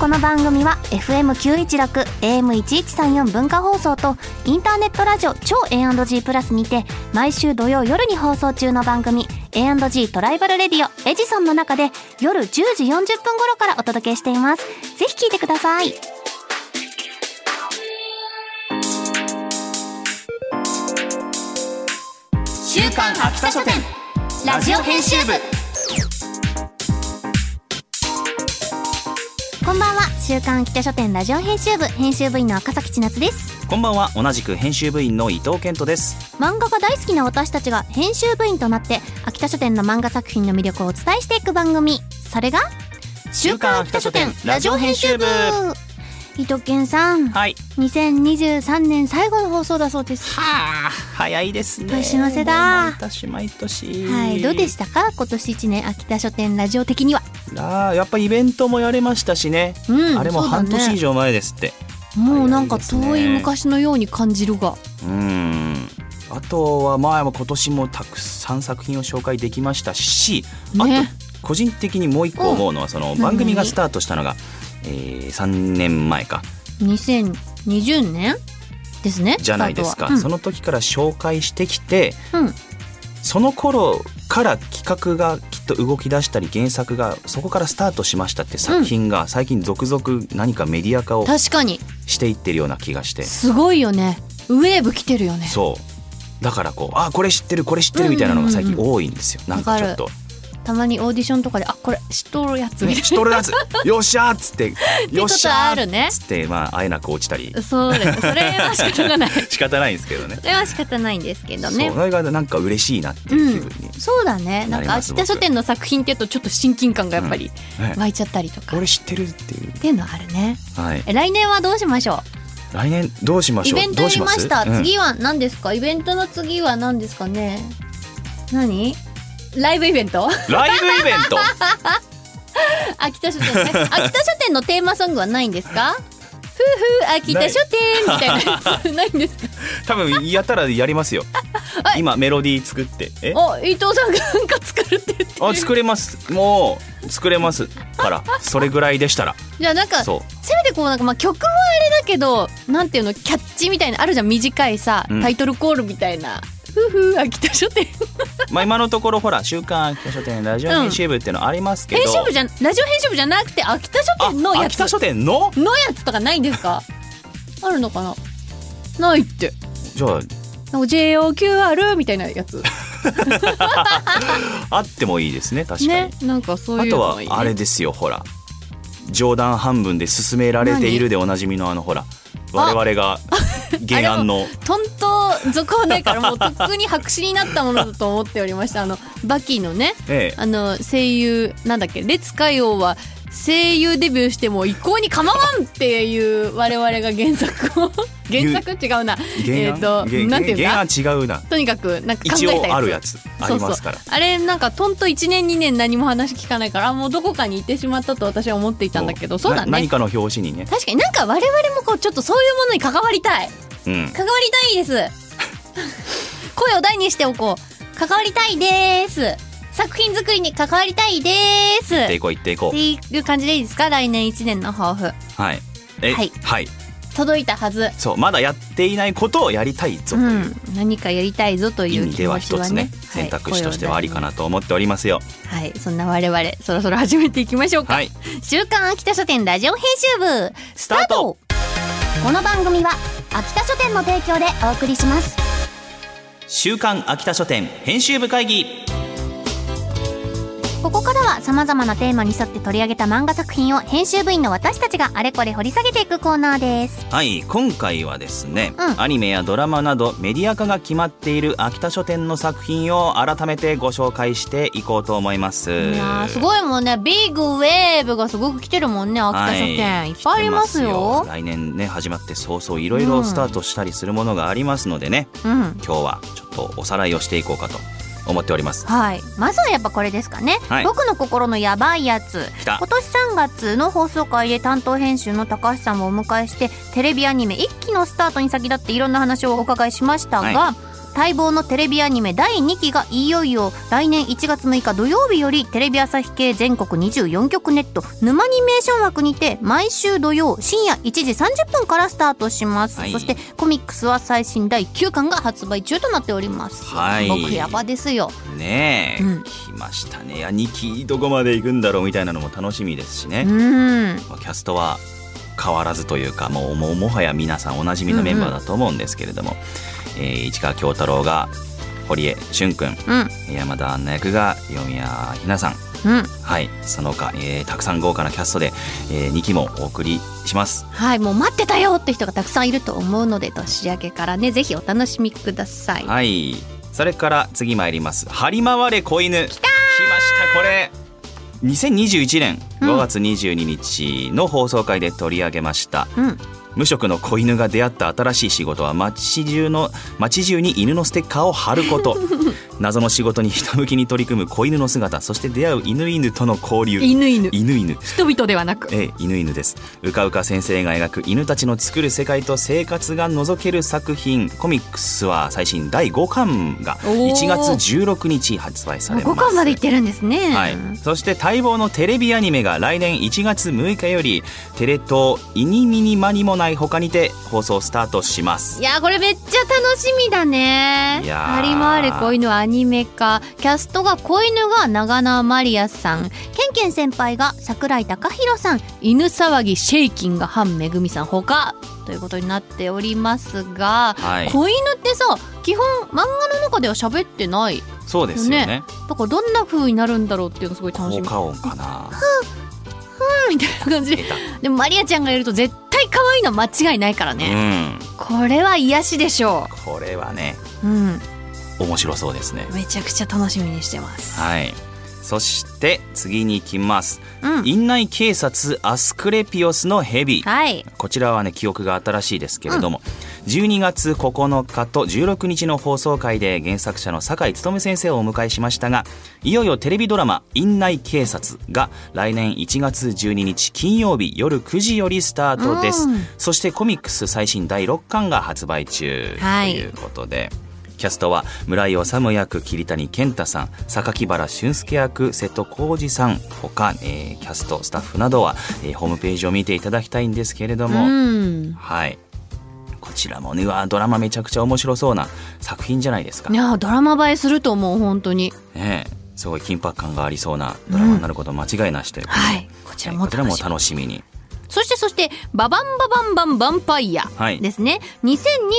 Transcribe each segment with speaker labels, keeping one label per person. Speaker 1: この番組は FM916 AM1134 文化放送とインターネットラジオ超 A&G プラスにて毎週土曜夜に放送中の番組 A&G トライバルレディオエジソンの中で夜10時40分頃からお届けしていますぜひ聞いてください
Speaker 2: 週刊秋田書店ラジオ編集部
Speaker 1: こんばんは週刊秋田書店ラジオ編集部編集部員の赤崎千夏です
Speaker 3: こんばんは同じく編集部員の伊藤健人です
Speaker 1: 漫画が大好きな私たちが編集部員となって秋田書店の漫画作品の魅力をお伝えしていく番組それが
Speaker 3: 週刊秋田書店ラジオ編集部
Speaker 1: 伊藤健さん、
Speaker 3: はい
Speaker 1: 2023年最後の放送だそうです
Speaker 3: はあ早いですね
Speaker 1: 年の瀬だ
Speaker 3: もう毎年毎年
Speaker 1: はいどうでしたたか今年一年秋田書店ラジオ的には
Speaker 3: あーやっぱイベントもやれましたしね、
Speaker 1: うん
Speaker 3: あれも
Speaker 1: そうだ
Speaker 3: 半
Speaker 1: ね
Speaker 3: 年以上前ですって
Speaker 1: もうなんか
Speaker 3: 早い
Speaker 1: 遠
Speaker 3: です
Speaker 1: い
Speaker 3: ね
Speaker 1: 昔のように感じるが
Speaker 3: うんあとは前も今年もたくさん作品を紹介できましたし、あと
Speaker 1: ね
Speaker 3: 個人的にもう一個思うのはその
Speaker 1: 何
Speaker 3: 番組がスタートしたのが、えー、3年前か
Speaker 1: 2020年ですね
Speaker 3: じゃないですか、
Speaker 1: スタ
Speaker 3: そ
Speaker 1: ートは
Speaker 3: の時から紹介してきて、
Speaker 1: うん
Speaker 3: その頃から企画がきっと動き出したり原作がそこからスタートしましたって作品が最近続々何かメディア化
Speaker 1: う
Speaker 3: を
Speaker 1: ん確かに
Speaker 3: していってるような気がして、
Speaker 1: すごいよねウェーブ来てるよね
Speaker 3: そうだからこうあこれ知ってるこれ知ってるみたいなのが最近多いんですよ、
Speaker 1: んうんうん
Speaker 3: なんかちょっと
Speaker 1: たまにオーディションとかであこれ知っとるやつみたい
Speaker 3: 知っとる やつよっしゃーっつってよっしゃ
Speaker 1: ってことある
Speaker 3: ー
Speaker 1: ね
Speaker 3: っつってまああえなく落ちたり
Speaker 1: な そうですそれは仕方がないそ
Speaker 3: 仕方ないんですけどね
Speaker 1: れは仕方ないんですけどね
Speaker 3: そうそれがなんか嬉しいなっていう気分に、
Speaker 1: そうだねなんか
Speaker 3: なります
Speaker 1: 秋田書店の作品っていうとちょっと親近感がやっぱり
Speaker 3: ね
Speaker 1: 湧いちゃったりとか、
Speaker 3: 俺
Speaker 1: っ
Speaker 3: 知ってるっていう
Speaker 1: ていうのはあるね
Speaker 3: はい
Speaker 1: え来年はどうしましょ
Speaker 3: 来年どうしま
Speaker 1: うイ
Speaker 3: しょ
Speaker 1: ベン
Speaker 3: う
Speaker 1: ト
Speaker 3: ど
Speaker 1: や
Speaker 3: うし
Speaker 1: りま
Speaker 3: ます
Speaker 1: した、
Speaker 3: うん
Speaker 1: 次は何ですかイベントの次は何ですかね何ライブイベント
Speaker 3: ライブイベント
Speaker 1: 秋田書店 ね秋田書店のテーマソングはないんですかふうふう秋田書店みたいなや つないんですか
Speaker 3: 多分やったらやりますよ今メロディー作ってえ
Speaker 1: お伊藤さんがなんか作るって言って
Speaker 3: あ
Speaker 1: る
Speaker 3: 作れますもう作れますからそれぐらいでしたら
Speaker 1: じゃあなんかせ
Speaker 3: そ
Speaker 1: めてこうなんかまあ曲もあれだけどなんていうのキャッチみたいなあるじゃん短いさ、
Speaker 3: うん
Speaker 1: タイトルコールみたいな「ふうふう秋田書店
Speaker 3: うまあ今のところほら「週刊秋田書店ラジオ編集部」っていうのあります」けど、
Speaker 1: 編集部じゃんラジオ編集部じゃなくて秋田書
Speaker 3: あ
Speaker 1: 店のや
Speaker 3: 秋
Speaker 1: つ
Speaker 3: 田書店の
Speaker 1: のやつとかないんですかあるのかなないって
Speaker 3: じゃ
Speaker 1: なんか JOQR みたいなやつ
Speaker 3: ああってもいいですね確かに、
Speaker 1: ねなんかそう
Speaker 3: あ
Speaker 1: いう
Speaker 3: と
Speaker 1: のも
Speaker 3: はい
Speaker 1: い、ね、
Speaker 3: あれですよほら冗談半分で進められているでおなじみのあのほら我々が原 案の
Speaker 1: トント続報ないからもうとっくに白紙になったものだと思っておりましたあのバキのね
Speaker 3: ええ
Speaker 1: あの声優なんだっけ列海王は声優デビューしても一向に構わんっていう我々が原作 を原作違うなえっ、
Speaker 3: 原案、
Speaker 1: と
Speaker 3: 原
Speaker 1: なんていうん
Speaker 3: 原
Speaker 1: だ
Speaker 3: 案違うな
Speaker 1: とにかくなんか考え
Speaker 3: 一
Speaker 1: たやつ
Speaker 3: 応あるやつありますから
Speaker 1: そうそうあれなんかとんと1年2年何も話聞かないからあもうどこかに行ってしまったと私は思っていたんだけどそうだ
Speaker 3: な
Speaker 1: ね
Speaker 3: 何かの表紙にね、
Speaker 1: 確かになんか我々もこうちょっとそういうものに関わりたい
Speaker 3: うん、
Speaker 1: 関わりたいです声を大にしておこう関わりたいです作品作りに関わりたいです
Speaker 3: 行って
Speaker 1: っ
Speaker 3: いこう行っていこ
Speaker 1: ていう感じでいいですか来年1年の抱負
Speaker 3: うはいえ
Speaker 1: は
Speaker 3: はいい、
Speaker 1: 届いたはず
Speaker 3: そうまだやっていないことをやりたいぞと
Speaker 1: う、
Speaker 3: いうん
Speaker 1: 何かやりたいぞとい
Speaker 3: 意
Speaker 1: う
Speaker 3: 味
Speaker 1: 気
Speaker 3: では
Speaker 1: 持ち
Speaker 3: 一
Speaker 1: は
Speaker 3: つ
Speaker 1: ね
Speaker 3: ね選択肢としてはありか
Speaker 1: な
Speaker 3: なと思っておりますよ
Speaker 1: はい、そんな我々そろそろ始めていきましょうか、
Speaker 3: はい
Speaker 1: 週刊秋田書店ラジオ編集部ス
Speaker 3: タート
Speaker 1: この番組は秋田書店の提供でお送りします
Speaker 3: 週刊秋田書店編集部会議
Speaker 1: ここからは様々なテーマに沿って取り上げた漫画作品を編集部員の私たちがあれこれ掘り下げていくコーナーです
Speaker 3: はい今回はですね、
Speaker 1: うん
Speaker 3: アニメやドラマなどメディア化が決まっている秋田書店の作品を改めてご紹介していこうと思います
Speaker 1: いやーすごいもんねビッグウェーブがすごく来てるもんね秋田書店、い、っぱいありますよ
Speaker 3: 来て来年ね始まって早々いろいろスタートしたりするものがありますのでね、
Speaker 1: うん
Speaker 3: 今日はちょっとおさらいをしていこうかと思っております
Speaker 1: はいまずはやっぱこれですかね、
Speaker 3: はい
Speaker 1: 僕の心のやばいやつ
Speaker 3: 来た
Speaker 1: 今年3月の放送会で担当編集の高橋さんをお迎えしてテレビアニメ一期のスタートに先立っていろんな話をお伺いしましたが、待望のテレビアニメ第2期がいよいよ来年1月6日土曜日よりテレビ朝日系全国24局ネット沼ニメーション枠にて毎週土曜深夜1時30分からスタートします、
Speaker 3: はい
Speaker 1: そしてコミックスは最新第9巻が発売中となっております、
Speaker 3: はい
Speaker 1: 僕やばですよ
Speaker 3: ねえ、
Speaker 1: うん
Speaker 3: 来ましたねいや2期どこまで行くんだろうみたいなのも楽しみですしね
Speaker 1: う、ん
Speaker 3: まあキャストは変わらずというかもうもうもはや皆さんおなじみのメンバーだと思うんですけれども、えー市川京太郎が堀江俊君
Speaker 1: うん
Speaker 3: 山田アンナ役が四谷ひなさん
Speaker 1: うん
Speaker 3: はいその他、えーたくさん豪華なキャストで、え2期もお送りします
Speaker 1: はいもう待ってたよって人がたくさんいると思うので年明けからねぜひお楽しみください、
Speaker 3: はいそれから次参ります「張り回れ子犬」来ましたこれ2021年
Speaker 1: うん
Speaker 3: 5月22日の放送回で取り上げました、
Speaker 1: うん
Speaker 3: 無職の子犬が出会った新しい仕事は街中の街中に犬のステッカーを貼ること 謎の仕事にひたむきに取り組む子犬の姿そして出会う犬犬との交流
Speaker 1: 犬犬
Speaker 3: 犬犬
Speaker 1: 人々ではなく
Speaker 3: ええ犬犬ですうかうか先生が描く犬たちの作る世界と生活が覗ける作品コミックスは最新第5巻が
Speaker 1: おー
Speaker 3: 1月16日発売さ
Speaker 1: もう
Speaker 3: れます
Speaker 1: 5巻までいってるんですね、
Speaker 3: はい、そして待望のテレビアニメが来年1月6日よりテレ東「イニミニマにもない他にて放送スタートします
Speaker 1: いやーこれめっちゃ楽しみだね
Speaker 3: いやー
Speaker 1: ハリマーレ子犬アニメ化キャストが子犬が長名マリアさんケンケン先輩が桜井貴弘さん犬騒ぎシェイキンが半めぐみさんほかということになっておりますが、
Speaker 3: はい
Speaker 1: 子犬ってさ基本漫画の中では喋ってない
Speaker 3: そうですよね
Speaker 1: ねだからどんな風になるんだろうっていうのすごい楽し
Speaker 3: 効
Speaker 1: み
Speaker 3: 果音かな
Speaker 1: みたいな感じで
Speaker 3: 出た
Speaker 1: でもマリアちゃんがいると絶対可愛いの間違いないから
Speaker 3: う
Speaker 1: ね、
Speaker 3: ん
Speaker 1: これは癒しでしょ
Speaker 3: これはね
Speaker 1: ううん
Speaker 3: 面白そうですね
Speaker 1: めちゃくちゃ楽しみにしてます
Speaker 3: はいそして次に行きます
Speaker 1: うん、
Speaker 3: 院内警察アスクレピオスのヘビ
Speaker 1: はい
Speaker 3: こちらはね記憶が新しいですけれども、12月9日と16日の放送回で原作者の酒井勉先生をお迎えしましたがいよいよテレビドラマ「院内警察」が来年1月12日金曜日夜9時よりスタートです、
Speaker 1: うん
Speaker 3: そしてコミックス最新第6巻が発売中と
Speaker 1: はい
Speaker 3: いうことで。キャストは村井治役桐谷健太さん榊原俊介役瀬戸康史さん他、えーキャストスタッフなどは、えーホームページを見ていただきたいんですけれど
Speaker 1: う
Speaker 3: も、
Speaker 1: ん
Speaker 3: はい。こちらもね、うわドラマめちゃくちゃ面白そうな作品じゃないですか。
Speaker 1: い
Speaker 3: ね
Speaker 1: やドラマ映えすると思う本当に
Speaker 3: えすごい緊迫感がありそうなドラマになること間違いなしということで、
Speaker 1: はいこちらも
Speaker 3: こちら
Speaker 1: 楽
Speaker 3: も
Speaker 1: しみ
Speaker 3: 楽しみに。
Speaker 1: そしてそしてババンババンバンバンパイア
Speaker 3: はい
Speaker 1: ですね、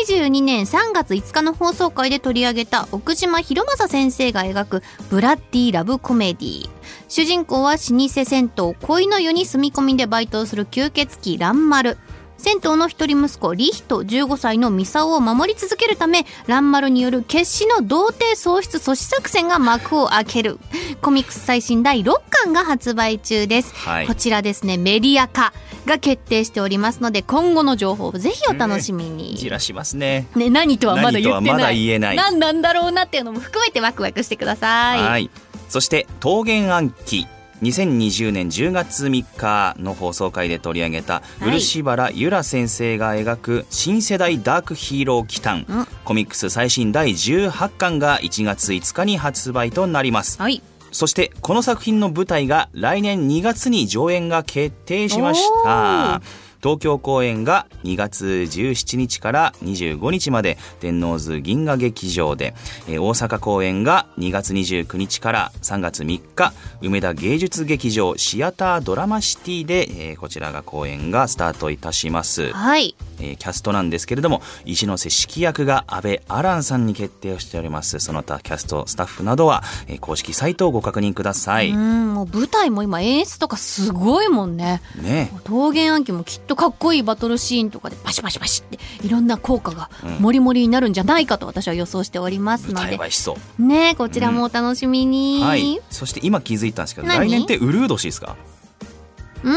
Speaker 1: 2022年3月5日の放送回で取り上げた奥島博正先生が描くブラッディラブコメディ主人公は老舗銭湯恋の湯に住み込みでバイトをする吸血鬼蘭丸銭湯の一人息子リヒと15歳のミサオを守り続けるため蘭丸による決死の童貞喪失阻止作戦が幕を開けるコミックス最新第6巻が発売中です
Speaker 3: はい
Speaker 1: こ。ちらですねメディア化が決定しておりますので今後の情報をぜひお楽しみに、
Speaker 3: じらしますね。
Speaker 1: ね、何とはまだ言って
Speaker 3: 何とはまだ
Speaker 1: ない
Speaker 3: 言えない
Speaker 1: 何なんだろうなっていうのも含めてワクワクしてください
Speaker 3: はい。そして、桃源暗記。2020年10月3日の放送回で取り上げた
Speaker 1: い
Speaker 3: 漆原由良先生が描く新世代ダークヒーロー奇譚
Speaker 1: うん
Speaker 3: コミックス最新第18巻が1月5日に発売となります
Speaker 1: はい
Speaker 3: そしてこの作品の舞台が来年2月に上演が決定しました東京公演が2月17日から25日まで天王洲銀河劇場でえー大阪公演が2月29日から3月3日梅田芸術劇場シアタードラマシティでえーこちらが公演がスタートいたします、
Speaker 1: はい
Speaker 3: えーキャストなんですけれども一ノ瀬式役が安倍アランさんに決定をしておりますその他キャストスタッフなどは、えー公式サイトをご確認ください、
Speaker 1: うんもう舞台も今演出とかすごいもんね
Speaker 3: ね
Speaker 1: 桃源暗記もきっとかっこいいバトルシーンとかでパシパシパシっていろんな効果がもりもりになるんじゃないかと私は予想しております
Speaker 3: 舞
Speaker 1: の
Speaker 3: 台
Speaker 1: で、
Speaker 3: はしそ
Speaker 1: ねこちらもお楽しみ
Speaker 3: う、
Speaker 1: に、
Speaker 3: はい、そして今気づいたんですけど
Speaker 1: 何
Speaker 3: 来年ってウルー年ですか
Speaker 1: うん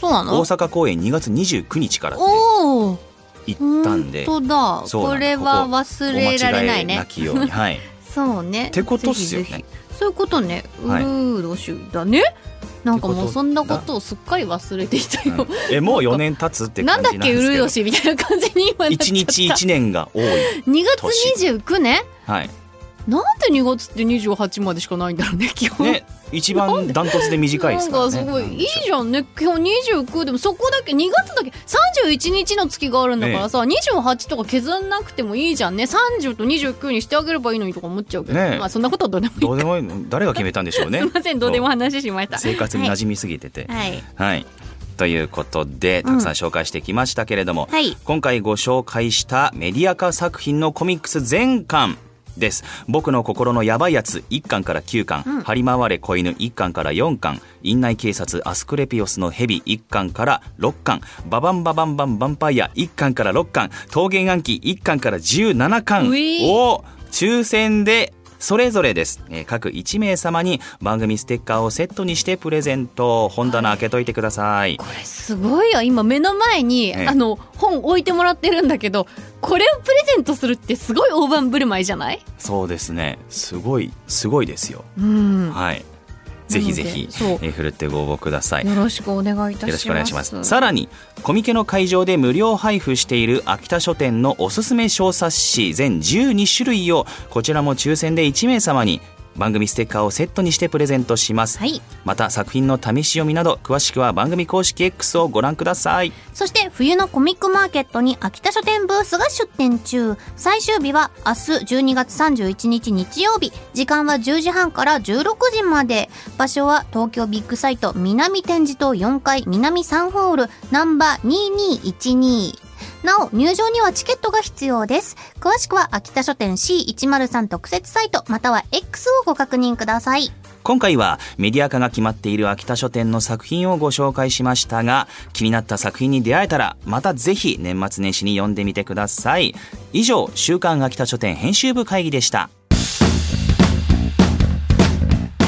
Speaker 1: そうな
Speaker 3: 大
Speaker 1: の
Speaker 3: 阪公演2月29日からって
Speaker 1: おお
Speaker 3: 言ったん
Speaker 1: 本
Speaker 3: で
Speaker 1: 当だ
Speaker 3: そうな
Speaker 1: こ
Speaker 3: の
Speaker 1: れは
Speaker 3: ここ
Speaker 1: 忘れられない
Speaker 3: お間違な
Speaker 1: ね
Speaker 3: きよう に、はい、
Speaker 1: そうね
Speaker 3: ってことっすよね
Speaker 1: ぜひぜひそういうことねうる
Speaker 3: はいう
Speaker 1: ろしゅだね、
Speaker 4: なんかもうそんなことをすっかり忘れていた
Speaker 3: う
Speaker 4: よ
Speaker 3: ん、えもう4年経つって
Speaker 4: なん
Speaker 3: 感
Speaker 4: だっ
Speaker 3: じなん
Speaker 4: け
Speaker 3: で
Speaker 4: う
Speaker 3: す
Speaker 4: る
Speaker 3: け
Speaker 4: う年み
Speaker 3: ど
Speaker 4: たいな感じに今なっち
Speaker 3: 1
Speaker 4: ゃった
Speaker 3: 日1年が多い、
Speaker 4: 2月29ね
Speaker 3: はい
Speaker 4: なんで2月って28までしかないんだろうね基本
Speaker 3: ね、一番ダントツで短いですから、ね、
Speaker 4: なんかすごいいいじゃんね基本29でもそこだけ2月だけ31日の月があるんだからさ、28とか削んなくてもいいじゃんね30と29にしてあげればいいのにとか思っちゃうけど、
Speaker 3: ねえ
Speaker 4: まあそんなことはどうでもいい
Speaker 3: どうでもいいの誰が決めたんでしょうね
Speaker 4: すいませんどうでも話しました
Speaker 3: 生活に馴染みすぎてて
Speaker 1: はい
Speaker 3: はい、ということでたくさん紹介してきましたけれども、
Speaker 1: はい
Speaker 3: 今回ご紹介したメディア化作品のコミックス全巻です僕の心のやばいやつ1巻から9巻、張り回れ子犬1巻から4巻院内警察アスクレピオスの蛇1巻から6巻ババンババンバンバンパイア1巻から6巻桃源暗記1巻から17巻
Speaker 4: うい
Speaker 3: を抽選でそれぞれです、えー各1名様に番組ステッカーをセットにしてプレゼント本棚開けといてください
Speaker 4: これすごいよ今目の前に、
Speaker 3: ええ
Speaker 4: あの本置いてもらってるんだけどこれをプレゼントするってすごい大盤振る舞いじゃない
Speaker 3: そうですねすごいすごいですよ
Speaker 4: うんよ
Speaker 3: はい。ぜひぜひ、え
Speaker 4: そう
Speaker 3: ー、ふるってご応募ください。よ
Speaker 4: ろしくお願いいたします
Speaker 3: ろしくお願いします。さらに、コミケの会場で無料配布している秋田書店のおすすめ小冊子全12種類を、こちらも抽選で1名様に番組ステッカーをセットにしてプレゼントします。
Speaker 1: はい
Speaker 3: また、作品の試し読みなど、詳しくは番組公式 X をご覧ください。
Speaker 1: そして冬のコミックマーケットに秋田書店ブースが出店中。最終日は明日12月31日日曜日。時間は10時半から16時まで。場所は東京ビッグサイト南展示棟4階南3ホールナンバー2212。なお、入場にはチケットが必要です。詳しくは秋田書店 C103 特設サイトまたは X をご確認ください。
Speaker 3: 今回はメディア化が決まっている秋田書店の作品をご紹介しましたが気になった作品に出会えたらまたぜひ年末年始に読んでみてください以上週刊秋田書店編集部会議でした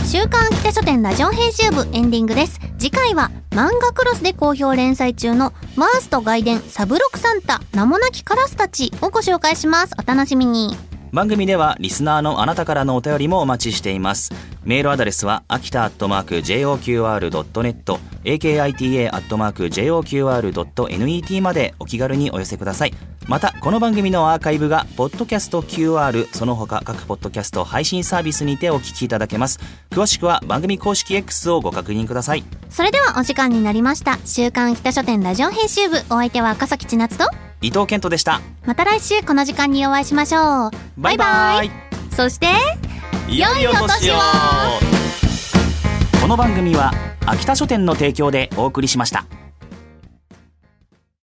Speaker 1: 週刊秋田書店ラジオ編集部エンディングです次回は漫画クロスで好評連載中のワースト外伝サブロクサンタ名もなきカラスたちをご紹介しますお楽しみに
Speaker 3: 番組ではリスナーのあなたからのお便りもお待ちしていますメールアドレスは秋田アットマーク JOQR.net akita アットマーク JOQR.net までお気軽にお寄せくださいまたこの番組のアーカイブがポッドキャスト QR その他各ポッドキャスト配信サービスにてお聞きいただけます詳しくは番組公式 X をご確認ください
Speaker 1: それではお時間になりました週刊秋田書店ラジオ編集部お相手は赤崎千夏と
Speaker 3: 伊藤健人でした
Speaker 1: また来週この時間にお会いしましょう
Speaker 3: バイバイ
Speaker 1: そして
Speaker 3: 良いお年をこの番組は秋田書店の提供でお送りしました